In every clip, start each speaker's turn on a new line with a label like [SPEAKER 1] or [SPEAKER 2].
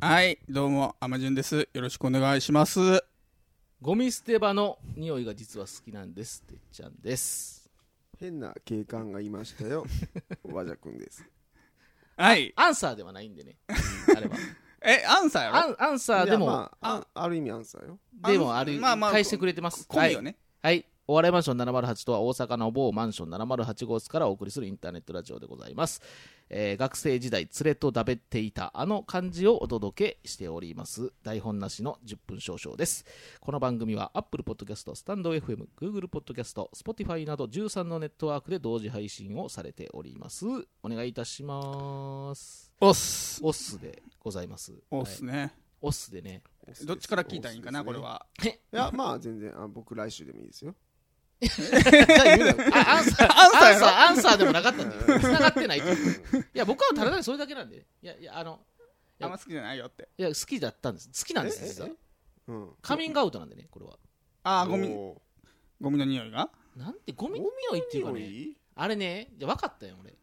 [SPEAKER 1] はい、どうも、あまじゅんです。よろしくお願いします。
[SPEAKER 2] ゴミ捨て場の匂いが実は好きなんですてっちゃんです
[SPEAKER 3] 変な警官がいました よ和く君です
[SPEAKER 1] はい。
[SPEAKER 2] アンサーではない んでねあれは
[SPEAKER 1] え、アンサーやろ
[SPEAKER 2] アンアンサーでも、
[SPEAKER 3] いやまあ、あある意味アンサーよ
[SPEAKER 1] あ
[SPEAKER 2] でもある、
[SPEAKER 1] まあまあ
[SPEAKER 2] 返してくれてます
[SPEAKER 1] コミよね。
[SPEAKER 2] はい、はい、お笑いマンション708とは大阪の某マンション708号室からお送りするインターネットラジオでございます、えー学生時代連れとだべっていたあの漢字をお届けしております台本なしの10分少々ですこの番組は Apple Podcast、スタンド FM、Google Podcast、Spotify など13のネットワークで同時配信をされておりますお願いいたします
[SPEAKER 1] おっす。
[SPEAKER 2] オスでございます
[SPEAKER 1] おっす
[SPEAKER 2] はい
[SPEAKER 1] ね。
[SPEAKER 2] オスで ね
[SPEAKER 1] どっちから聞いたらいいんかな、
[SPEAKER 3] おっす
[SPEAKER 1] こ
[SPEAKER 3] です
[SPEAKER 1] れ
[SPEAKER 3] ね
[SPEAKER 1] は。
[SPEAKER 3] いやまあ全然あ僕来週でもいいですよ
[SPEAKER 2] あアンサー、
[SPEAKER 1] アンサー
[SPEAKER 2] アン
[SPEAKER 1] や
[SPEAKER 2] サ
[SPEAKER 1] ろ
[SPEAKER 2] ー、アンサーでもなかったんで、繋がってないという。いや、僕はただ単にそれだけなんで、いや、いや、あの、
[SPEAKER 1] あんま好きじゃないよって。
[SPEAKER 2] いや、好きだったんです。好きなんです、
[SPEAKER 3] え
[SPEAKER 2] 実は
[SPEAKER 3] え。うん
[SPEAKER 2] カミングアウトなんでね、これは。
[SPEAKER 1] あー、ゴミ、
[SPEAKER 3] お
[SPEAKER 1] ゴミの匂いが
[SPEAKER 2] なんて、ゴミ
[SPEAKER 3] ゴ
[SPEAKER 2] 匂
[SPEAKER 3] ミ
[SPEAKER 2] いっていうか
[SPEAKER 3] ー
[SPEAKER 2] ね、あれね、いや、分かったよ、俺。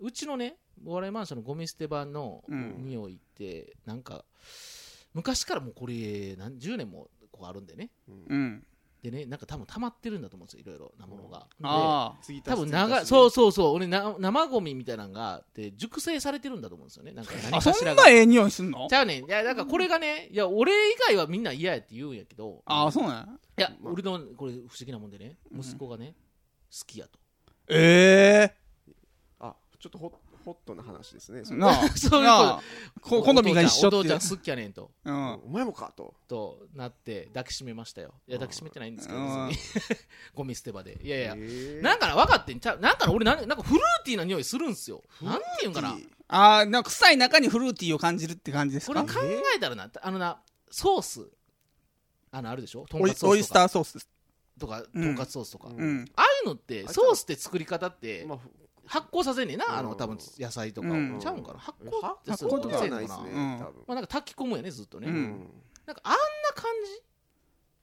[SPEAKER 2] うちのね、お笑いマンションのゴミ捨て場の
[SPEAKER 1] うん
[SPEAKER 2] 匂いって、なんか、昔からもうこれ、何十年もこうあるんでね。
[SPEAKER 3] うん
[SPEAKER 1] うん。
[SPEAKER 2] でね、なんか多分溜まってるんだと思うんですよ、いろいろなものが。で
[SPEAKER 1] あ
[SPEAKER 3] 次足す
[SPEAKER 2] 多分
[SPEAKER 3] 次足す
[SPEAKER 2] 長いそうそうそう俺な生ゴミみたいなのがで熟成されてるんだと思うんですよねなんか
[SPEAKER 1] あ。
[SPEAKER 2] 何
[SPEAKER 1] あ、
[SPEAKER 2] か
[SPEAKER 1] そ
[SPEAKER 2] しら
[SPEAKER 1] ん
[SPEAKER 2] が
[SPEAKER 1] なええ匂いすんの
[SPEAKER 2] ちゃうねんいやだからこれがねいや俺以外はみんな嫌やって言うんやけど
[SPEAKER 1] あー、そうなん
[SPEAKER 2] いや、
[SPEAKER 3] まあ
[SPEAKER 2] 俺のこれ不思議なもんでね
[SPEAKER 1] ん
[SPEAKER 2] 息子がね、好きやと
[SPEAKER 1] え
[SPEAKER 3] あちょっとホッホットな話ですね
[SPEAKER 1] えー。
[SPEAKER 3] それ
[SPEAKER 1] な
[SPEAKER 2] そう
[SPEAKER 1] あ、
[SPEAKER 2] いう
[SPEAKER 1] なあ、こ好みが一緒
[SPEAKER 2] お
[SPEAKER 1] っていう
[SPEAKER 2] 父ちゃんお父。ちゃん好きやねんと
[SPEAKER 1] う
[SPEAKER 3] うんん。お前もかと
[SPEAKER 2] となって抱きしめましたよいや抱きしめてないんですけど
[SPEAKER 1] う
[SPEAKER 2] 別
[SPEAKER 1] ん
[SPEAKER 2] に ゴミ捨て場でいやいや、
[SPEAKER 3] えー
[SPEAKER 2] なんかな分かってんちゃうなんかな俺なんなんかフルーティーな匂いするんすよなんていうんかない
[SPEAKER 3] い
[SPEAKER 1] あー、なんか臭い中にフルーティーを感じるって感じです
[SPEAKER 2] これ
[SPEAKER 1] か
[SPEAKER 2] 考えたらなあのなソースあのあるでしょとん
[SPEAKER 1] オ
[SPEAKER 2] か
[SPEAKER 1] イ
[SPEAKER 2] つソ
[SPEAKER 1] オイ
[SPEAKER 2] ー
[SPEAKER 1] ス
[SPEAKER 2] ス
[SPEAKER 1] ターソースです。
[SPEAKER 2] とかとか
[SPEAKER 1] う
[SPEAKER 2] と
[SPEAKER 1] ん
[SPEAKER 2] んかつソースとか、
[SPEAKER 3] うん
[SPEAKER 1] うん。
[SPEAKER 2] ああいうのってソースって作り方って
[SPEAKER 3] まあ
[SPEAKER 2] 発酵させんねんな、あの
[SPEAKER 3] うん
[SPEAKER 2] 多分野菜とかを、
[SPEAKER 1] うん
[SPEAKER 2] ちゃうんかな発酵って
[SPEAKER 3] 発
[SPEAKER 2] そう
[SPEAKER 3] 酵とかはない
[SPEAKER 2] の
[SPEAKER 3] です
[SPEAKER 1] う
[SPEAKER 3] ね
[SPEAKER 1] ん
[SPEAKER 3] 多分
[SPEAKER 2] まあ、なんか炊き込むよねずっとね、
[SPEAKER 1] うん
[SPEAKER 2] なんかあんな感じ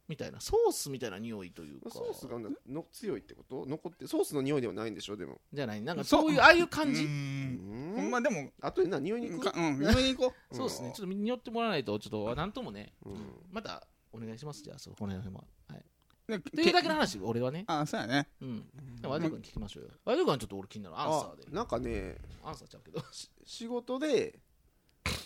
[SPEAKER 2] みたいなソースみたいな匂いという
[SPEAKER 3] まあ
[SPEAKER 2] か
[SPEAKER 3] ソースがの強いってこと残ってソースの匂いではないんでしょでも
[SPEAKER 2] じゃないなんか
[SPEAKER 1] そう
[SPEAKER 2] そういうああいう感じ、
[SPEAKER 1] じ
[SPEAKER 3] うん
[SPEAKER 1] まあでも、
[SPEAKER 3] あとでな匂いに
[SPEAKER 1] う
[SPEAKER 3] 行
[SPEAKER 1] ん
[SPEAKER 3] く
[SPEAKER 1] かうん、匂いに行こう。
[SPEAKER 2] そうですねちょっと匂ってもらわないとちょっとなんともね
[SPEAKER 3] うん
[SPEAKER 2] またお願いしますじゃあそこの辺は、はい、
[SPEAKER 1] で
[SPEAKER 2] っていうだけの話俺はね
[SPEAKER 1] あそうやね
[SPEAKER 2] うんでもワイド君聞きましょうよワイド君はちょっと俺気になるアンサーで
[SPEAKER 3] あなんかね
[SPEAKER 2] アンサーちゃうけど
[SPEAKER 3] し仕事で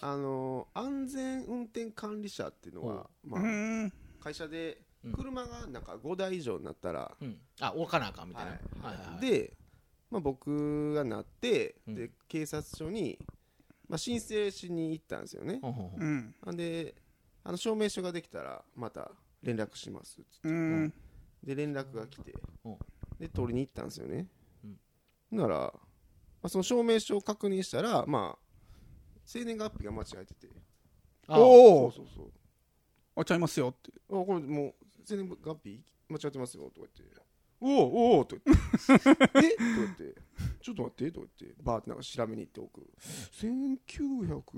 [SPEAKER 3] あの安全運転管理者っていうのは、
[SPEAKER 1] う
[SPEAKER 3] まあ、
[SPEAKER 1] ん
[SPEAKER 3] 会社で
[SPEAKER 2] うん
[SPEAKER 3] 車がなんか5台以上になったら、
[SPEAKER 2] うんあ置かなあかんみたいな
[SPEAKER 3] はい
[SPEAKER 2] はいはいはい
[SPEAKER 3] で、まあ、僕がなって、
[SPEAKER 2] うん
[SPEAKER 3] で警察署に、まあ、申請しに行ったんですよね
[SPEAKER 2] ほ、んほんほん
[SPEAKER 1] うん
[SPEAKER 3] ん、であの証明書ができたらまた連絡しますつって
[SPEAKER 1] うん
[SPEAKER 3] で連絡が来て、
[SPEAKER 2] うん
[SPEAKER 3] で取りに行ったんですよね、
[SPEAKER 2] うん
[SPEAKER 3] なら、まあ、その証明書を確認したらまあ生年月日が間違えてて
[SPEAKER 2] あ
[SPEAKER 1] おお
[SPEAKER 3] そうそうそう
[SPEAKER 1] あちゃいますよって
[SPEAKER 3] あこれもう全然ガッピー間違ってますよとか言って「おおおお」とか言って「えとか言って 「ちょっと待って」とか言ってバーってなんか調べに行ってお く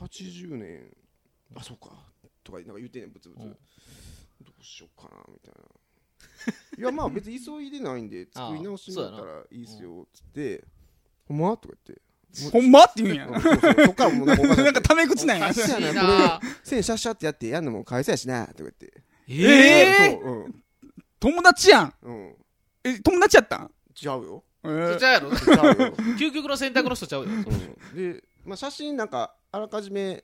[SPEAKER 3] 1980年あそうかとかなんか言ってんねんブツブツ、
[SPEAKER 2] うん
[SPEAKER 3] どうしようかなみたいないやまあ別に急いでないんで作り直しになったらいいっすよっつって「ほんま?」とか言って
[SPEAKER 1] ほんまって言うんや
[SPEAKER 3] うんそうそうそっからもうなんかおかし
[SPEAKER 1] な
[SPEAKER 3] なん
[SPEAKER 1] かタメ口なんや
[SPEAKER 2] おかしい
[SPEAKER 3] やなこれ
[SPEAKER 2] な
[SPEAKER 3] が線シャッシャってやってやんのもかわいそうやしなとか言って
[SPEAKER 1] えー
[SPEAKER 3] そううん
[SPEAKER 1] 友達やん
[SPEAKER 3] うん。
[SPEAKER 1] え友達やったん
[SPEAKER 3] 違うよ。
[SPEAKER 1] え
[SPEAKER 2] それ
[SPEAKER 1] ー
[SPEAKER 2] ちゃうやろ
[SPEAKER 3] 違うよ。
[SPEAKER 2] 究極の選択の人ちゃうよそろそろ
[SPEAKER 3] で、まあ、写真なんか、あらかじめ、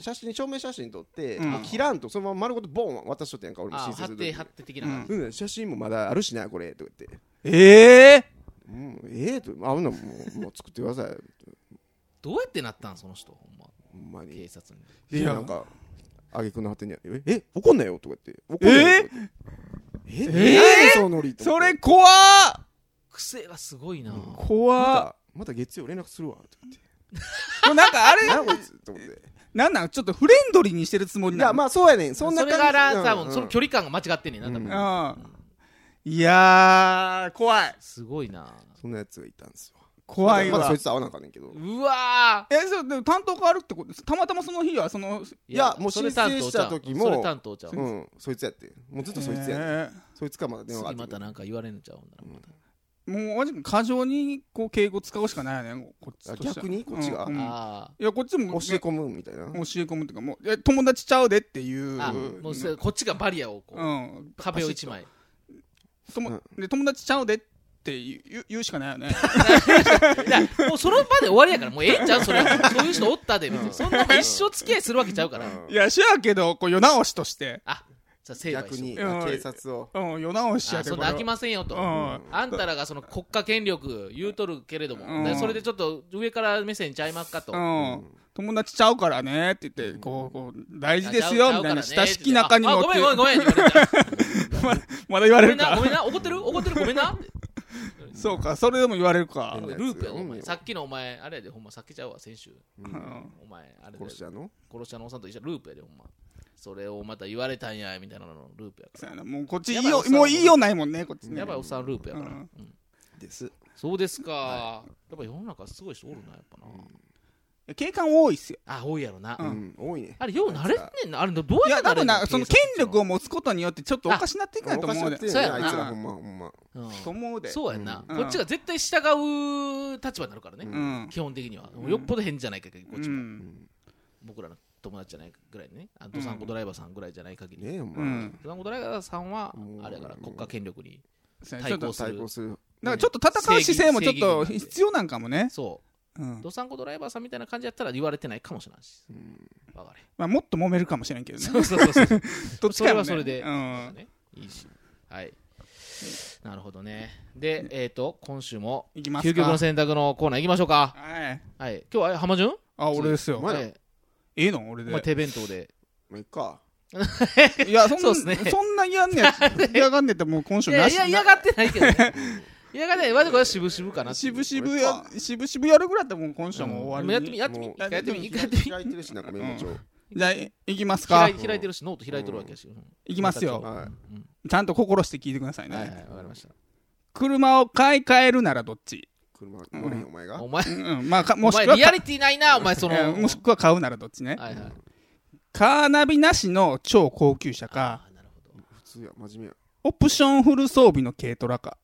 [SPEAKER 3] 写真、証明写真撮って、
[SPEAKER 1] うん
[SPEAKER 3] もう切らんと、そのまま丸ごとボン渡しとってんやんか、俺も
[SPEAKER 2] あ
[SPEAKER 3] 申請す
[SPEAKER 2] 発
[SPEAKER 3] る
[SPEAKER 2] 展
[SPEAKER 3] 時
[SPEAKER 2] 発展的な感じ
[SPEAKER 3] うん、写真もまだあるしな、これ、とか言って。
[SPEAKER 1] えー
[SPEAKER 3] うん、ええと、あんなもう、もう作ってください。
[SPEAKER 2] どうやってなったんその人ほんま
[SPEAKER 3] ほんまに。
[SPEAKER 2] 警察に
[SPEAKER 1] い
[SPEAKER 3] い
[SPEAKER 1] や
[SPEAKER 3] や、なんか、あげくの果てには、え、え怒んなよ、とか言って。怒んなよとか言って。
[SPEAKER 1] え
[SPEAKER 3] え
[SPEAKER 1] え
[SPEAKER 3] 何そのノリと思
[SPEAKER 1] そ
[SPEAKER 3] って
[SPEAKER 1] れ怖っ
[SPEAKER 2] 癖がすごいな
[SPEAKER 3] ま、
[SPEAKER 1] 怖った
[SPEAKER 3] また月曜連絡するわ、とか言って。
[SPEAKER 1] これなんかあれ
[SPEAKER 3] 何こいつと思って。
[SPEAKER 1] なんなんちょっとフレンドリーにしてるつもり
[SPEAKER 3] い
[SPEAKER 1] な
[SPEAKER 3] や、
[SPEAKER 1] の
[SPEAKER 3] まあ、そうやねん。そ
[SPEAKER 2] そ
[SPEAKER 3] んな
[SPEAKER 2] れ
[SPEAKER 3] 感じ
[SPEAKER 2] がな多
[SPEAKER 3] うんう
[SPEAKER 2] 分
[SPEAKER 3] ん
[SPEAKER 2] その距離感が間違ってんねんな多
[SPEAKER 3] うん
[SPEAKER 2] 分
[SPEAKER 1] うんいやー怖い
[SPEAKER 2] すごいな
[SPEAKER 3] そんなやつがいたんですよ。
[SPEAKER 1] 怖い
[SPEAKER 3] まだ
[SPEAKER 1] わ
[SPEAKER 3] そいつ会わなあかんねんけど。
[SPEAKER 2] うわ
[SPEAKER 1] えそうでも担当変わるってことたまたまその日はその
[SPEAKER 2] ー
[SPEAKER 3] いやもう
[SPEAKER 2] それ担当
[SPEAKER 3] 申請し
[SPEAKER 2] ちゃ
[SPEAKER 3] た
[SPEAKER 2] う
[SPEAKER 3] 時も
[SPEAKER 2] それ担当ちゃう
[SPEAKER 3] うん、そいつやって。もうずっとそいつやねん。
[SPEAKER 1] えー
[SPEAKER 3] そいつからまだ電話
[SPEAKER 2] 次
[SPEAKER 3] があ
[SPEAKER 2] ま
[SPEAKER 3] って
[SPEAKER 2] た
[SPEAKER 3] くる。
[SPEAKER 2] なんか言われるんちゃうほんならまた
[SPEAKER 1] もうマジ過剰にこう敬語使うしかないよねこっち
[SPEAKER 3] あ
[SPEAKER 1] としては
[SPEAKER 3] 逆にこっちが、
[SPEAKER 1] うん
[SPEAKER 2] あ
[SPEAKER 1] いやこっちも
[SPEAKER 3] 教え込むみたいな
[SPEAKER 1] 教え込むっていうかもういや友達ちゃうでってい
[SPEAKER 2] ー
[SPEAKER 1] う
[SPEAKER 2] あ
[SPEAKER 3] うん
[SPEAKER 2] もうそれこっちがバリアをこう、
[SPEAKER 1] うん
[SPEAKER 2] 壁を一枚
[SPEAKER 1] とも
[SPEAKER 3] うん
[SPEAKER 1] で友達ちゃうでって言う言う言うしかないよ ね
[SPEAKER 2] いやもうその場で終わりやからもうええんちゃうそれはそういう人おったで別にそんなの一生付き合いするわけちゃうから
[SPEAKER 3] うん
[SPEAKER 1] いやしやけどこう世直しとして
[SPEAKER 2] あじゃあ成敗し
[SPEAKER 3] 逆
[SPEAKER 2] と
[SPEAKER 3] に
[SPEAKER 1] うん
[SPEAKER 3] 警察を
[SPEAKER 1] うん世直しや
[SPEAKER 2] あ
[SPEAKER 1] で
[SPEAKER 2] そん
[SPEAKER 1] これ
[SPEAKER 2] な
[SPEAKER 1] は
[SPEAKER 2] 飽きませんよと、
[SPEAKER 1] うん
[SPEAKER 2] あんたらがその国家権力言うとるけれども、
[SPEAKER 1] うん
[SPEAKER 2] でそれでちょっと上から目線ちゃいますかと、
[SPEAKER 1] うん
[SPEAKER 3] うん
[SPEAKER 1] 友達ちゃうからねって言ってこうこう大事です
[SPEAKER 2] あ
[SPEAKER 1] よ
[SPEAKER 2] ちゃう
[SPEAKER 1] みたいな
[SPEAKER 2] ちゃうか
[SPEAKER 1] 親
[SPEAKER 2] らね
[SPEAKER 1] しき中にも
[SPEAKER 2] あ
[SPEAKER 1] って
[SPEAKER 2] ごめんごめんごめんって言われちゃう
[SPEAKER 1] まだ言われ
[SPEAKER 2] ごめ
[SPEAKER 1] る
[SPEAKER 2] んな
[SPEAKER 1] か
[SPEAKER 2] ごめんな怒ってる怒ってるごめんな
[SPEAKER 1] そうかそれでも言われるか
[SPEAKER 3] うん
[SPEAKER 2] ループやお前さっきのお前あれやでほんまさっきちゃうわ先週
[SPEAKER 3] う
[SPEAKER 1] うんん
[SPEAKER 2] お前あれで
[SPEAKER 3] 殺し屋の
[SPEAKER 2] 殺し屋のおっさんと一緒ループやでほんまそれをまた言われたんやみたいなののループやか
[SPEAKER 1] そうやなもうこっちい
[SPEAKER 2] や
[SPEAKER 1] い
[SPEAKER 2] ばいお
[SPEAKER 1] よ
[SPEAKER 2] っさん
[SPEAKER 1] もういいよないもんねこっち
[SPEAKER 2] ら
[SPEAKER 1] ね
[SPEAKER 2] やばいおっさんループやから、
[SPEAKER 1] うん
[SPEAKER 2] うん
[SPEAKER 3] です
[SPEAKER 2] そうですか、やっぱ世の中すごい人おるなやっぱな、
[SPEAKER 1] 警官多いっすよ
[SPEAKER 2] あ多いやろな、
[SPEAKER 3] うん多いね
[SPEAKER 2] あれようなれんねんなあれどう
[SPEAKER 1] い
[SPEAKER 2] やっ
[SPEAKER 1] や多
[SPEAKER 2] てなれん
[SPEAKER 1] 分
[SPEAKER 2] の
[SPEAKER 1] なその権力を持つことによってちょっとおかしなっていくんやと
[SPEAKER 3] おかし
[SPEAKER 1] 思
[SPEAKER 3] な
[SPEAKER 1] う
[SPEAKER 3] っ
[SPEAKER 1] で
[SPEAKER 3] て
[SPEAKER 2] そう
[SPEAKER 3] んよね
[SPEAKER 2] やな
[SPEAKER 3] あいつらほんまほんま
[SPEAKER 2] うん
[SPEAKER 1] と思うで
[SPEAKER 2] そうやんな、
[SPEAKER 1] うん
[SPEAKER 2] こっちが絶対従う立場になるからね、
[SPEAKER 1] うん
[SPEAKER 2] 基本的には、
[SPEAKER 1] うん
[SPEAKER 2] よっぽど変じゃない限りこっ
[SPEAKER 1] う
[SPEAKER 2] ちも、
[SPEAKER 1] ん
[SPEAKER 2] 僕らの友達じゃないぐらいねあドサンコドライバーさんぐらいじゃない限り、
[SPEAKER 3] ねえお
[SPEAKER 1] う
[SPEAKER 3] 前
[SPEAKER 1] ん
[SPEAKER 2] ドサンコドライバーさんは
[SPEAKER 3] もう
[SPEAKER 2] あれやから国家権力に
[SPEAKER 1] そうや
[SPEAKER 2] 対
[SPEAKER 1] ちょっとだ
[SPEAKER 2] 抗
[SPEAKER 1] か
[SPEAKER 2] する
[SPEAKER 3] 対抗する
[SPEAKER 1] らちょっと戦う姿勢もちょっと
[SPEAKER 2] 正義正義軍
[SPEAKER 1] 必要なんかもね
[SPEAKER 2] そ
[SPEAKER 1] うん
[SPEAKER 2] うドサンコドライバーさんみたいな感じやったら言われてないかもしれないし
[SPEAKER 3] うん
[SPEAKER 2] わ かれ
[SPEAKER 1] まあもっと揉めるかもしれんけどね
[SPEAKER 2] そうそうそうそう
[SPEAKER 1] どっちかやもんね
[SPEAKER 2] それはそれで
[SPEAKER 1] うん
[SPEAKER 2] ね いいしはいなるほどねでえっ、と今週も
[SPEAKER 1] いきますか
[SPEAKER 2] 究極の選択のコーナー行きましょうか
[SPEAKER 1] はい
[SPEAKER 2] はい今日は浜潤
[SPEAKER 1] あ俺です
[SPEAKER 2] お
[SPEAKER 1] よ
[SPEAKER 3] 前ら
[SPEAKER 2] 前
[SPEAKER 1] ええの俺
[SPEAKER 2] お
[SPEAKER 1] で
[SPEAKER 2] 前手弁当で
[SPEAKER 3] まあいっか
[SPEAKER 1] いやそん
[SPEAKER 2] そう
[SPEAKER 1] な
[SPEAKER 2] っすね
[SPEAKER 1] そんな嫌んねや 嫌がんねやったらもう今週
[SPEAKER 2] いや
[SPEAKER 1] ないし
[SPEAKER 2] や嫌がってないけどね 嫌がってないわざこれは渋々かなってい
[SPEAKER 1] し
[SPEAKER 2] う
[SPEAKER 1] ぶしぶやしぶしぶやるぐらいだったらもう今週はもう終わ
[SPEAKER 2] やっ
[SPEAKER 1] り
[SPEAKER 2] てみ
[SPEAKER 1] に
[SPEAKER 2] やってみ
[SPEAKER 3] もう
[SPEAKER 2] やってみ一回やってみ
[SPEAKER 3] 開いてるしなんかメモ帳
[SPEAKER 1] じゃあいきますか
[SPEAKER 2] 開い開いてるしノート開いてるわけやしうん
[SPEAKER 1] いきますよ
[SPEAKER 3] はい
[SPEAKER 1] ちゃんと心して聞いてくださいね、
[SPEAKER 2] はいはいわかりまし
[SPEAKER 1] 車を買い替えるならどっち、
[SPEAKER 3] 車乗れへんお前
[SPEAKER 2] た
[SPEAKER 3] が
[SPEAKER 2] お前
[SPEAKER 1] うんうんまあ、か
[SPEAKER 2] お
[SPEAKER 1] もし
[SPEAKER 2] 前
[SPEAKER 1] くは
[SPEAKER 2] リアリティないなお前その
[SPEAKER 1] えーもしくは買うならどっちね、
[SPEAKER 2] はいはい
[SPEAKER 1] カーナビなしの超高級車か
[SPEAKER 2] あーなるほど
[SPEAKER 3] 普通や真面目や
[SPEAKER 1] オプションフル装備の軽トラか、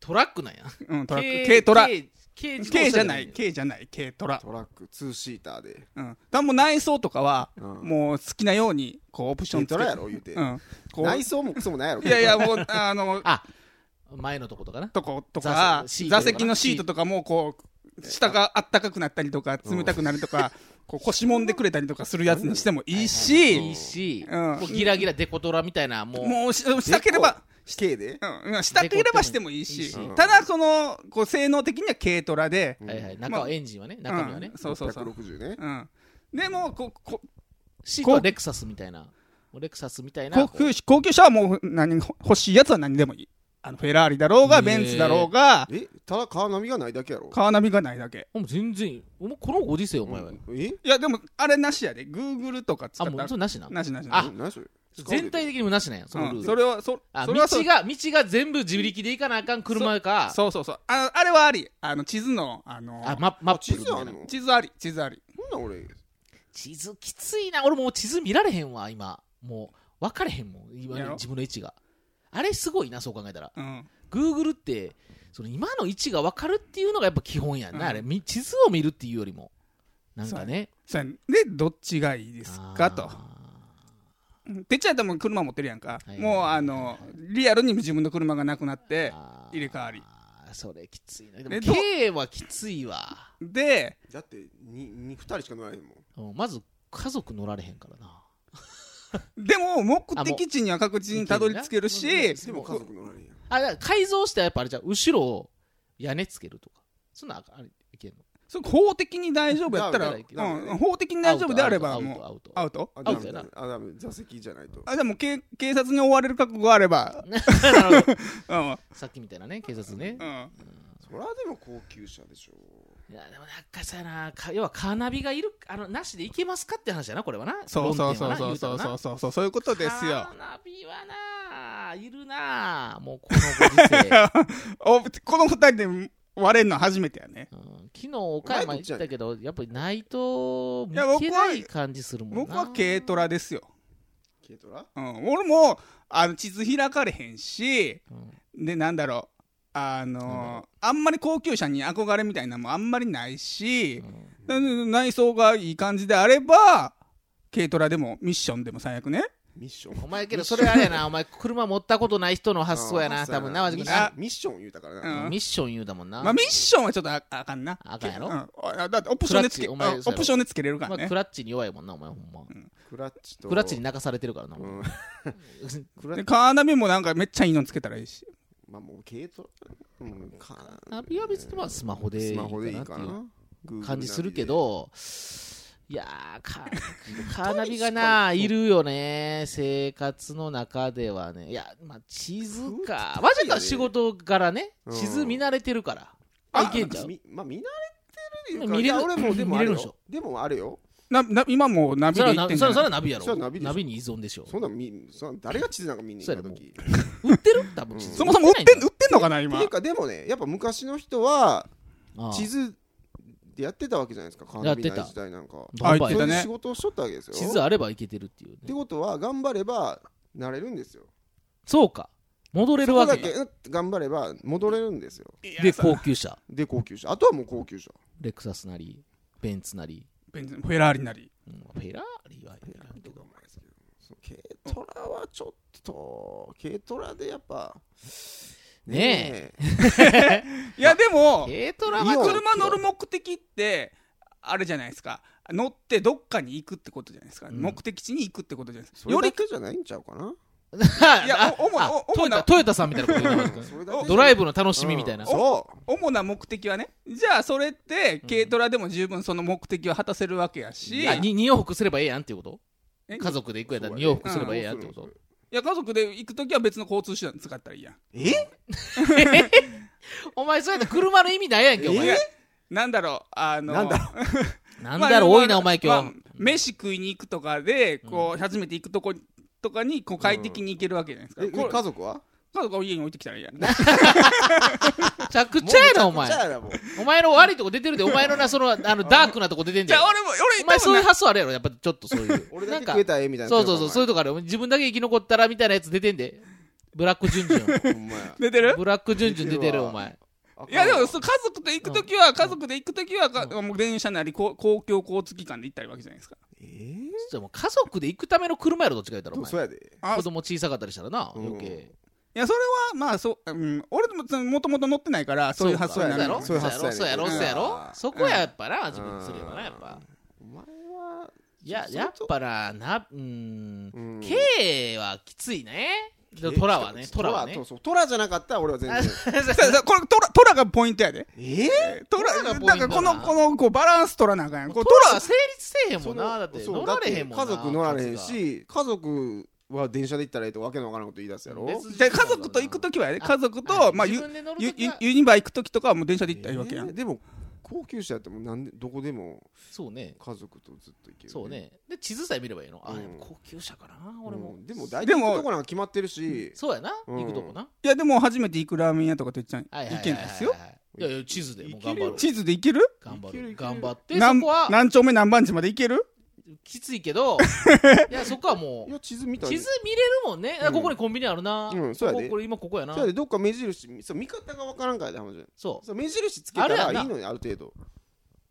[SPEAKER 2] トラックなんや
[SPEAKER 1] うん、トラック
[SPEAKER 2] 軽
[SPEAKER 1] 軽トラ
[SPEAKER 2] 軽軽自動車
[SPEAKER 1] 軽じゃない軽じゃない軽トラ、
[SPEAKER 3] トラックツーシーターで
[SPEAKER 1] うん、だからもう内装とかは、
[SPEAKER 3] うん
[SPEAKER 1] もう好きなようにこうオプション
[SPEAKER 3] 軽
[SPEAKER 1] つけて
[SPEAKER 3] トラやろ言うて
[SPEAKER 1] うん、こ
[SPEAKER 3] 内
[SPEAKER 1] う
[SPEAKER 3] 装もクソもないやろ
[SPEAKER 1] いやいやもうあの
[SPEAKER 2] あ前のとことかな
[SPEAKER 1] とことか
[SPEAKER 2] 座席シートと
[SPEAKER 1] 座
[SPEAKER 2] か
[SPEAKER 1] 席のシートとかもこう下があったかくなったりとか冷たくなるとか、こう腰もんでくれたりとかするやつにしてもいいし、
[SPEAKER 2] いいし
[SPEAKER 1] うん
[SPEAKER 2] もうギラギラデコトラみたいなもう
[SPEAKER 1] もうししたければ、
[SPEAKER 3] 死刑で
[SPEAKER 1] うんうん、したければしてもいい
[SPEAKER 2] いい
[SPEAKER 1] し
[SPEAKER 2] し
[SPEAKER 1] うんただそのこう性能的には軽トラで、
[SPEAKER 2] はいはい
[SPEAKER 1] ま
[SPEAKER 2] 中
[SPEAKER 1] あ
[SPEAKER 2] はエンジンはね中身はね
[SPEAKER 1] うんそうそうそう、
[SPEAKER 3] 660ね
[SPEAKER 1] うん、でもここ
[SPEAKER 2] シートはレクサスみたいなもうレクサスみたいな
[SPEAKER 1] 高級車高級車はもう何欲しいやつは何でもいいあのフェラーリだろう
[SPEAKER 2] へ
[SPEAKER 1] が
[SPEAKER 2] ー
[SPEAKER 1] ベンツだろうが
[SPEAKER 3] えただカーナビがないだけやろ
[SPEAKER 1] カーナビがないだけ
[SPEAKER 2] もう全然いいお前このご時世お前は
[SPEAKER 3] え
[SPEAKER 1] いやでもあれなしやでグーグルとか使
[SPEAKER 2] あ
[SPEAKER 1] っ
[SPEAKER 2] も
[SPEAKER 1] た
[SPEAKER 2] うそ
[SPEAKER 1] ら
[SPEAKER 2] れなしな
[SPEAKER 1] なしなしなし
[SPEAKER 2] あ
[SPEAKER 3] 何それ
[SPEAKER 2] 全体的にもなしねそのルール、
[SPEAKER 1] うん、それはそ
[SPEAKER 2] あ
[SPEAKER 1] そ
[SPEAKER 2] 道
[SPEAKER 1] れはそう
[SPEAKER 2] が道が全部自力で行かなあかん車か
[SPEAKER 1] そうそうそうああれはありあの地図のあの
[SPEAKER 2] あママップ
[SPEAKER 3] 地
[SPEAKER 2] み
[SPEAKER 3] 図
[SPEAKER 2] た
[SPEAKER 3] あ
[SPEAKER 2] い
[SPEAKER 3] ん
[SPEAKER 2] な
[SPEAKER 3] の
[SPEAKER 1] 地図あり地図あり
[SPEAKER 3] そんなん俺
[SPEAKER 2] 地図きついな俺もう地図見られへんわ今もう分かれへんもん今
[SPEAKER 1] やろ
[SPEAKER 2] 自分の位置があれすごいなそう考えたら
[SPEAKER 1] うん
[SPEAKER 2] Google ってその今の位置が分かるっていうのがやっぱ基本やんな、
[SPEAKER 1] うん
[SPEAKER 2] あれみ地図を見るっていうよりもなんかね
[SPEAKER 1] そうやねでどっちがいいですかと
[SPEAKER 2] あ
[SPEAKER 1] てっちゃんやったらもう車持ってるやんか、
[SPEAKER 2] はい
[SPEAKER 1] もうあのリアルに自分の車がなくなっ
[SPEAKER 2] ー
[SPEAKER 1] て
[SPEAKER 2] あー
[SPEAKER 1] 入れ替わり
[SPEAKER 2] それきついなでも
[SPEAKER 1] でど
[SPEAKER 2] K はきついわ、
[SPEAKER 1] で
[SPEAKER 3] だってにに2人しか乗らへんもん
[SPEAKER 2] うんまず家族乗られへんからな
[SPEAKER 1] でも目的地には確実にたどり着ける
[SPEAKER 2] あもう
[SPEAKER 1] し
[SPEAKER 3] でも家族乗らへんやん
[SPEAKER 2] あ、だから改造したらやっぱあれじゃん後ろを屋根つけるとか。そんなんあかんあれいけんの
[SPEAKER 1] そう法的に大丈夫やったら、
[SPEAKER 2] だから
[SPEAKER 1] うん、法的に大丈夫であれば
[SPEAKER 2] アウト
[SPEAKER 1] もう
[SPEAKER 2] アウトア
[SPEAKER 1] ア
[SPEAKER 2] ウ
[SPEAKER 1] ウト
[SPEAKER 3] あ
[SPEAKER 2] ア
[SPEAKER 3] ダ
[SPEAKER 2] ウト
[SPEAKER 3] メ
[SPEAKER 2] やな
[SPEAKER 3] だあダメ座席じゃないと
[SPEAKER 1] あでも警警察に追われる覚悟があれば、
[SPEAKER 2] トアウトなるほど
[SPEAKER 1] うん
[SPEAKER 2] さっきみたいなね、警察ね
[SPEAKER 1] う。ん、
[SPEAKER 3] そらでも高級車でしょ
[SPEAKER 2] いや、でもなんかさやな、か要はカーナビがいる、あの、なしでいけますかって話やな、これはな。
[SPEAKER 1] そうそうそうそうそう
[SPEAKER 2] 論点はな
[SPEAKER 1] そうそうそうそういうことですよ
[SPEAKER 2] カーナビはな、いるな、もうこのご時世。
[SPEAKER 1] おこの二人で割れるの初めてやね
[SPEAKER 2] うん昨日岡山行ったけど、やっぱりないと見
[SPEAKER 1] いや僕は
[SPEAKER 2] けない感じするもんな。
[SPEAKER 1] 僕は軽トラですよ、
[SPEAKER 3] 軽トラ
[SPEAKER 1] うん、俺もあの地図開かれへんし
[SPEAKER 2] うん
[SPEAKER 1] でなんだろうあのあんまり高級車に憧れみたいなのもあんまりないし、うん内装がいい感じであれば軽トラでもミッションでも最悪ね
[SPEAKER 3] ミッション
[SPEAKER 2] お前けどそれあれやなお前車持ったことない人の発想や
[SPEAKER 3] あ
[SPEAKER 2] な
[SPEAKER 3] ー
[SPEAKER 2] 多分
[SPEAKER 3] そうや
[SPEAKER 2] なマジ
[SPEAKER 3] ミ
[SPEAKER 2] 君
[SPEAKER 3] ッシ
[SPEAKER 2] な
[SPEAKER 3] ョンミッション言うたから
[SPEAKER 1] う
[SPEAKER 3] な、
[SPEAKER 1] ん
[SPEAKER 2] ミッション言うだもんな、
[SPEAKER 1] まあ、ミッションはちょっとああかんな
[SPEAKER 2] あかんやろ
[SPEAKER 1] うんあだってオプションでつけ
[SPEAKER 2] クラッチお前
[SPEAKER 1] あオプションでつけれるから
[SPEAKER 2] まあ
[SPEAKER 1] ね
[SPEAKER 2] ク、ラッチに弱いもんなお前ほんま
[SPEAKER 3] クラッチと
[SPEAKER 2] クラッチに泣かされてるからな、
[SPEAKER 3] う
[SPEAKER 2] お前
[SPEAKER 3] んクラッ
[SPEAKER 1] で
[SPEAKER 3] チ
[SPEAKER 1] カーナビもなんかめっちゃいいのつけたらいいし
[SPEAKER 3] まあもう軽トラうんか
[SPEAKER 2] ナビは別にまあスマホでい
[SPEAKER 3] ス
[SPEAKER 2] い
[SPEAKER 3] マホでいい
[SPEAKER 2] か
[SPEAKER 3] か
[SPEAKER 2] なっていう
[SPEAKER 3] なグーグルナビで
[SPEAKER 2] 感じするけどいやーカーカーナビがないるよね生活の中ではねいやまあ地図かマジか仕事柄ね
[SPEAKER 3] うん
[SPEAKER 2] 地図見慣れてるから、
[SPEAKER 3] あ
[SPEAKER 2] いけんちゃう
[SPEAKER 3] みまあ見慣れてるいうか
[SPEAKER 2] 見れる
[SPEAKER 3] いや俺もでもあ
[SPEAKER 2] 見れ
[SPEAKER 3] よ
[SPEAKER 2] るでしょ
[SPEAKER 3] でもあれよ
[SPEAKER 1] なな今もうナビ
[SPEAKER 2] そ
[SPEAKER 1] で
[SPEAKER 2] れは
[SPEAKER 1] 行って
[SPEAKER 2] なんそ
[SPEAKER 1] じゃ
[SPEAKER 2] れそ
[SPEAKER 1] な
[SPEAKER 2] れ
[SPEAKER 1] い
[SPEAKER 2] はナビやろ
[SPEAKER 3] それはナビでしょ
[SPEAKER 2] ナビに依存でしょ
[SPEAKER 3] そんなん見そんなん誰が地図なんか見に行った時っ
[SPEAKER 2] 売ってる多分地図
[SPEAKER 1] そもそも売ってん売ってんのかな
[SPEAKER 3] て
[SPEAKER 1] 今
[SPEAKER 3] いうかでもねやっぱ昔の人は
[SPEAKER 2] ああ
[SPEAKER 3] 地図でやってたわけじゃないですかカーナビない時代なんか
[SPEAKER 2] バンバ
[SPEAKER 1] あ
[SPEAKER 2] ン
[SPEAKER 1] 言ってた
[SPEAKER 3] そう
[SPEAKER 1] ね
[SPEAKER 3] いう仕事をしとったわけですよ
[SPEAKER 2] 地図あればいけてるっていうね、
[SPEAKER 3] ってことは頑張ればなれるんですよ
[SPEAKER 2] そうか戻れるわ
[SPEAKER 3] そ
[SPEAKER 2] け
[SPEAKER 3] こだ
[SPEAKER 2] や
[SPEAKER 3] けうん頑張れば戻れるんですよ
[SPEAKER 2] で高級車
[SPEAKER 3] で高級車あとはもう高級車
[SPEAKER 2] レクサスなりベンツなり、
[SPEAKER 1] ベンツフェラーリなり
[SPEAKER 2] うんフェラーリはええな
[SPEAKER 3] とかもあれですけどその軽トラはちょっと軽トラでやっぱ
[SPEAKER 2] ね
[SPEAKER 3] え
[SPEAKER 1] いやでも
[SPEAKER 2] 軽トラ
[SPEAKER 3] いいよ
[SPEAKER 2] は
[SPEAKER 1] 車乗る目的ってあれじゃないですか乗ってどっかに行くってことじゃないですか、
[SPEAKER 2] ん
[SPEAKER 1] 目的地に行くってことじゃないです
[SPEAKER 3] そ
[SPEAKER 1] かよ
[SPEAKER 3] れだ
[SPEAKER 1] り
[SPEAKER 3] けじゃないんちゃうかな
[SPEAKER 1] やお主な
[SPEAKER 2] あ
[SPEAKER 1] お
[SPEAKER 2] ト
[SPEAKER 1] 主
[SPEAKER 2] ヨタ
[SPEAKER 1] な
[SPEAKER 2] トヨタさんみたいなこと言うなマジ
[SPEAKER 3] そ
[SPEAKER 2] 君
[SPEAKER 3] れだけじゃ
[SPEAKER 2] ドライブの楽しみみたいな、
[SPEAKER 3] うんそう
[SPEAKER 1] 主な目的はねじゃあそれって軽トラでも十分その目的を果たせるわけやし、
[SPEAKER 2] あに2往復すればええやんっていうこと
[SPEAKER 1] え
[SPEAKER 2] 家族で行くやったら2
[SPEAKER 3] そう
[SPEAKER 2] 往
[SPEAKER 3] やね
[SPEAKER 2] 復すればええやんってこと、
[SPEAKER 3] うん
[SPEAKER 1] いや家族で行く時は別の交通手段使ったらいいやん
[SPEAKER 3] え
[SPEAKER 2] お前そうやったら車の意味ないやんけお前、
[SPEAKER 1] えなんだろうあの
[SPEAKER 3] なんだ
[SPEAKER 2] なんだろう多いなお前今日、
[SPEAKER 1] まあ飯食いに行くとかでこう初めて行くとことかにこう快適に行けるわけじゃないですか、
[SPEAKER 3] え
[SPEAKER 1] これ
[SPEAKER 3] 家族は
[SPEAKER 1] 家族を家に置いてきたらいいやん
[SPEAKER 2] めちゃくちゃやなお
[SPEAKER 3] もう
[SPEAKER 2] 前
[SPEAKER 3] めちゃくちゃやなもう
[SPEAKER 2] お前の悪いとこ出てるでお前のなそのあのダークなとこ出て ん
[SPEAKER 1] じ
[SPEAKER 2] だ
[SPEAKER 1] ゃ
[SPEAKER 2] よ
[SPEAKER 1] あ俺も俺
[SPEAKER 2] お前
[SPEAKER 1] 多
[SPEAKER 2] そう
[SPEAKER 1] 分な
[SPEAKER 2] いう発想あるやろやっぱちょっとそういう
[SPEAKER 3] 俺
[SPEAKER 2] な
[SPEAKER 3] だ
[SPEAKER 2] ん
[SPEAKER 3] け
[SPEAKER 2] か
[SPEAKER 3] 食えたらええみたいな
[SPEAKER 2] そうそうそうそうい
[SPEAKER 3] いう
[SPEAKER 2] とこあるよ自分だけ生き残ったらみたいなやつ出てんでブラックジュンジ ュン
[SPEAKER 3] うほんまや
[SPEAKER 1] 出てる
[SPEAKER 2] ブラックジュンジュン出て
[SPEAKER 3] 出て
[SPEAKER 2] る
[SPEAKER 3] るわ
[SPEAKER 2] お前
[SPEAKER 1] いやでも
[SPEAKER 3] そ
[SPEAKER 1] そう家族と行くときは、家族で行くときは、かもう電車なりこう公共交通機関で行ったりわけじゃないですか。
[SPEAKER 3] えー
[SPEAKER 2] じゃあもう家族で行くための車やろどっちか言ったらお
[SPEAKER 3] どうそ
[SPEAKER 2] 前
[SPEAKER 3] うやで
[SPEAKER 1] あ
[SPEAKER 2] 子供小さかったりしたらな
[SPEAKER 3] うん
[SPEAKER 2] 余計
[SPEAKER 1] いや、それはまあ、そう、うん、俺もそのもともと乗ってないから、そういう発想になる
[SPEAKER 2] やろ
[SPEAKER 1] よ
[SPEAKER 2] そ
[SPEAKER 3] そうう
[SPEAKER 2] や
[SPEAKER 3] や
[SPEAKER 2] ろ
[SPEAKER 3] ろ
[SPEAKER 2] そうや
[SPEAKER 1] そういう
[SPEAKER 2] ろ
[SPEAKER 1] 発想やね
[SPEAKER 2] そうやろ
[SPEAKER 3] うん
[SPEAKER 2] そこややっぱな自分
[SPEAKER 3] うん
[SPEAKER 2] すればなやっぱ
[SPEAKER 3] お前はい
[SPEAKER 2] や
[SPEAKER 3] そう
[SPEAKER 2] やっぱななうーん
[SPEAKER 3] うん
[SPEAKER 2] 軽はきついねでトラはねトラはね
[SPEAKER 3] そうそうトラじゃなかったら俺は全然
[SPEAKER 1] そうそうこれトラ、トラがポイントやで。
[SPEAKER 3] え
[SPEAKER 1] トラ、
[SPEAKER 2] トラ
[SPEAKER 1] だ
[SPEAKER 2] がポイントだ
[SPEAKER 1] からこの、この、こうバランス取らなあかんやん。
[SPEAKER 2] ト
[SPEAKER 1] こう
[SPEAKER 2] ラは成立せえへんもんなだって乗られへんもんな
[SPEAKER 3] 家族乗られへん
[SPEAKER 2] 数が
[SPEAKER 3] し家族は電車で行ったらええとわけのわからんこと言い出すやろ
[SPEAKER 2] 別に
[SPEAKER 1] じゃあ家族と行くときはやで、
[SPEAKER 2] あ
[SPEAKER 1] 家族
[SPEAKER 2] は
[SPEAKER 1] と、
[SPEAKER 2] い
[SPEAKER 1] まあ、
[SPEAKER 2] 自
[SPEAKER 1] ゆ
[SPEAKER 2] 分で乗る
[SPEAKER 1] ゆ
[SPEAKER 2] 時
[SPEAKER 1] ゆ
[SPEAKER 2] は
[SPEAKER 1] ユニバ行くときとかはもう電車で行ったらいいわけや
[SPEAKER 3] え
[SPEAKER 1] ん。
[SPEAKER 3] ーでも高級車やってもなんでどこでも
[SPEAKER 2] そうね
[SPEAKER 3] 家族とずっと行ける
[SPEAKER 2] そうねで地図さえ見ればいいのあ
[SPEAKER 3] うん
[SPEAKER 2] やっぱ高級車かな
[SPEAKER 3] うん
[SPEAKER 2] 俺も
[SPEAKER 3] でも大体
[SPEAKER 1] でも
[SPEAKER 3] 行くとこなんか決まってるし
[SPEAKER 2] そうやな
[SPEAKER 3] うん
[SPEAKER 2] 行くとこない
[SPEAKER 1] や、でも初めて行くラーメン屋とかと言っちゃん、
[SPEAKER 2] はいはい
[SPEAKER 1] 行
[SPEAKER 2] はい
[SPEAKER 1] けないですよ
[SPEAKER 2] は。いはいいやいや地図でもう頑張ろう
[SPEAKER 1] 地図で行ける
[SPEAKER 2] 頑張
[SPEAKER 3] いける
[SPEAKER 2] る
[SPEAKER 3] いける
[SPEAKER 2] 頑張ってそ
[SPEAKER 1] 何
[SPEAKER 2] こは
[SPEAKER 1] 何丁目何番地まで行ける
[SPEAKER 2] きついけ どいやそこはも
[SPEAKER 3] いうや地図見たら
[SPEAKER 2] 地図見れるもんねあここにコンビニあるな
[SPEAKER 3] うんそうやで
[SPEAKER 2] こここれ今ここやな
[SPEAKER 3] そうやでどっか目印そう見方がわからんからだ話じゃん
[SPEAKER 2] そう
[SPEAKER 3] そう目印つけた
[SPEAKER 2] あ
[SPEAKER 3] ら
[SPEAKER 2] るやんない
[SPEAKER 3] いのにある程度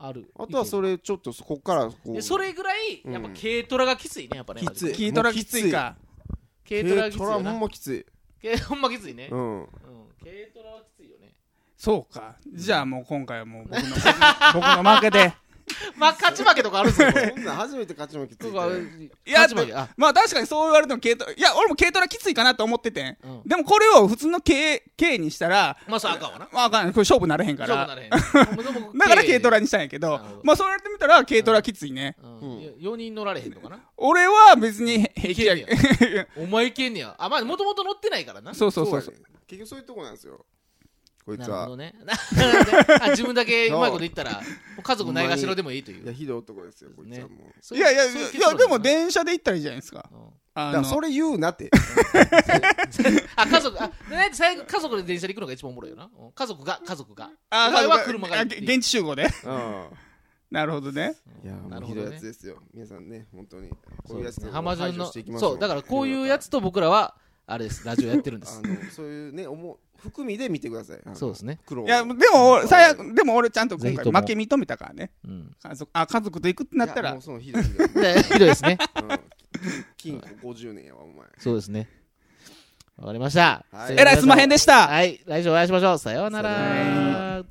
[SPEAKER 2] ある
[SPEAKER 3] あとはそ
[SPEAKER 2] れ
[SPEAKER 3] れちょっとそこからこう
[SPEAKER 2] それぐらいやっぱ軽トラがきついねやっぱね
[SPEAKER 3] きつい
[SPEAKER 1] 軽トラきついか。
[SPEAKER 2] 軽トラが
[SPEAKER 3] 軽
[SPEAKER 2] きつい
[SPEAKER 3] ト
[SPEAKER 2] よ
[SPEAKER 3] ラほん
[SPEAKER 2] な
[SPEAKER 3] まきつい
[SPEAKER 2] 軽ほんまきついね
[SPEAKER 3] うん
[SPEAKER 2] うん軽トラはきついよね
[SPEAKER 1] そうか。じゃあもう今回はもう僕の、僕の負けで。
[SPEAKER 2] まあ勝ち負けとかあるぞ
[SPEAKER 3] そんなん初めて勝ち負けつ い
[SPEAKER 2] 僕
[SPEAKER 3] た
[SPEAKER 2] は
[SPEAKER 3] よ
[SPEAKER 1] いや
[SPEAKER 2] 勝ち負けあ
[SPEAKER 1] まあ確かにそう言われても軽トラ、いや、俺も軽トラきついかなと思っててん。
[SPEAKER 2] うん
[SPEAKER 1] でもこれを普通の軽、軽にしたら、
[SPEAKER 2] まあそうあかんわな
[SPEAKER 1] まああかんない、これ勝負なれへんか
[SPEAKER 2] 勝負
[SPEAKER 1] ら。
[SPEAKER 2] なれへんだ
[SPEAKER 1] だから軽トラにしたんやけど
[SPEAKER 2] なるほど、
[SPEAKER 1] まあそう言われてみたら軽トラきついね。
[SPEAKER 3] うん
[SPEAKER 2] 4人乗られへんのかな
[SPEAKER 1] 俺は別に平気
[SPEAKER 2] いけ
[SPEAKER 1] や
[SPEAKER 2] んね。やお前いけんねやあまあもともと乗ってないからな
[SPEAKER 1] そうそうそうそう。
[SPEAKER 3] やね結局そういうとこなんですよこい
[SPEAKER 2] な
[SPEAKER 3] つ
[SPEAKER 2] るほ
[SPEAKER 3] は
[SPEAKER 2] どね あ自分だけうまいこと言ったらもう家族ないがしろでもいいとい
[SPEAKER 3] いや
[SPEAKER 2] う
[SPEAKER 3] ひどい男ですよこいつ
[SPEAKER 2] ね
[SPEAKER 3] はもう
[SPEAKER 2] そう
[SPEAKER 1] いうやいや、い
[SPEAKER 2] そうう結
[SPEAKER 1] や、
[SPEAKER 2] 論
[SPEAKER 1] でも
[SPEAKER 2] だな
[SPEAKER 1] 電車で行ったらいいじゃないですか。
[SPEAKER 2] うん
[SPEAKER 1] あ
[SPEAKER 3] だから
[SPEAKER 1] の、
[SPEAKER 3] それ言う なって
[SPEAKER 2] あ家族あね最後家族で電車で行くのが一番おもろいよなうん家族が家族が
[SPEAKER 1] あ
[SPEAKER 2] お前は
[SPEAKER 1] そう
[SPEAKER 2] 車が
[SPEAKER 1] あ
[SPEAKER 2] いい
[SPEAKER 1] げ現地集合で。
[SPEAKER 3] う
[SPEAKER 1] なるほどね。
[SPEAKER 3] んいや
[SPEAKER 2] な
[SPEAKER 3] も
[SPEAKER 2] るほ
[SPEAKER 3] うひ
[SPEAKER 2] ど
[SPEAKER 3] ど
[SPEAKER 2] ね
[SPEAKER 3] いやつですよ皆さんね本当にこ
[SPEAKER 2] そう
[SPEAKER 3] いう
[SPEAKER 2] う
[SPEAKER 3] や
[SPEAKER 2] で
[SPEAKER 3] つ
[SPEAKER 2] すね
[SPEAKER 3] を
[SPEAKER 2] 浜
[SPEAKER 3] 排
[SPEAKER 2] 順
[SPEAKER 3] 除
[SPEAKER 2] の
[SPEAKER 3] していきましょ
[SPEAKER 2] そうだからこういうやつと僕らはあれですラジオやってるんで
[SPEAKER 3] あ
[SPEAKER 2] す
[SPEAKER 3] のそういうね思う含みで見てくださいあ の
[SPEAKER 2] そうですね、
[SPEAKER 3] 苦労を
[SPEAKER 1] いやでも俺最悪でも俺ちゃんと今
[SPEAKER 2] ぜひ
[SPEAKER 1] 回
[SPEAKER 2] とも
[SPEAKER 1] 負け認めたからね
[SPEAKER 2] うん、
[SPEAKER 1] 家族あ家族と行くってなった
[SPEAKER 3] いや
[SPEAKER 1] ら
[SPEAKER 3] もうそのひどいひどい
[SPEAKER 2] でひどいですね
[SPEAKER 3] うん金庫50年やわお前
[SPEAKER 2] そうですねわかりました、
[SPEAKER 3] は
[SPEAKER 2] そ
[SPEAKER 3] い
[SPEAKER 2] れ
[SPEAKER 1] え
[SPEAKER 2] では
[SPEAKER 1] らいすんまへんでした
[SPEAKER 2] はい来週お会いしましょうさような
[SPEAKER 3] さよう
[SPEAKER 1] な
[SPEAKER 2] ら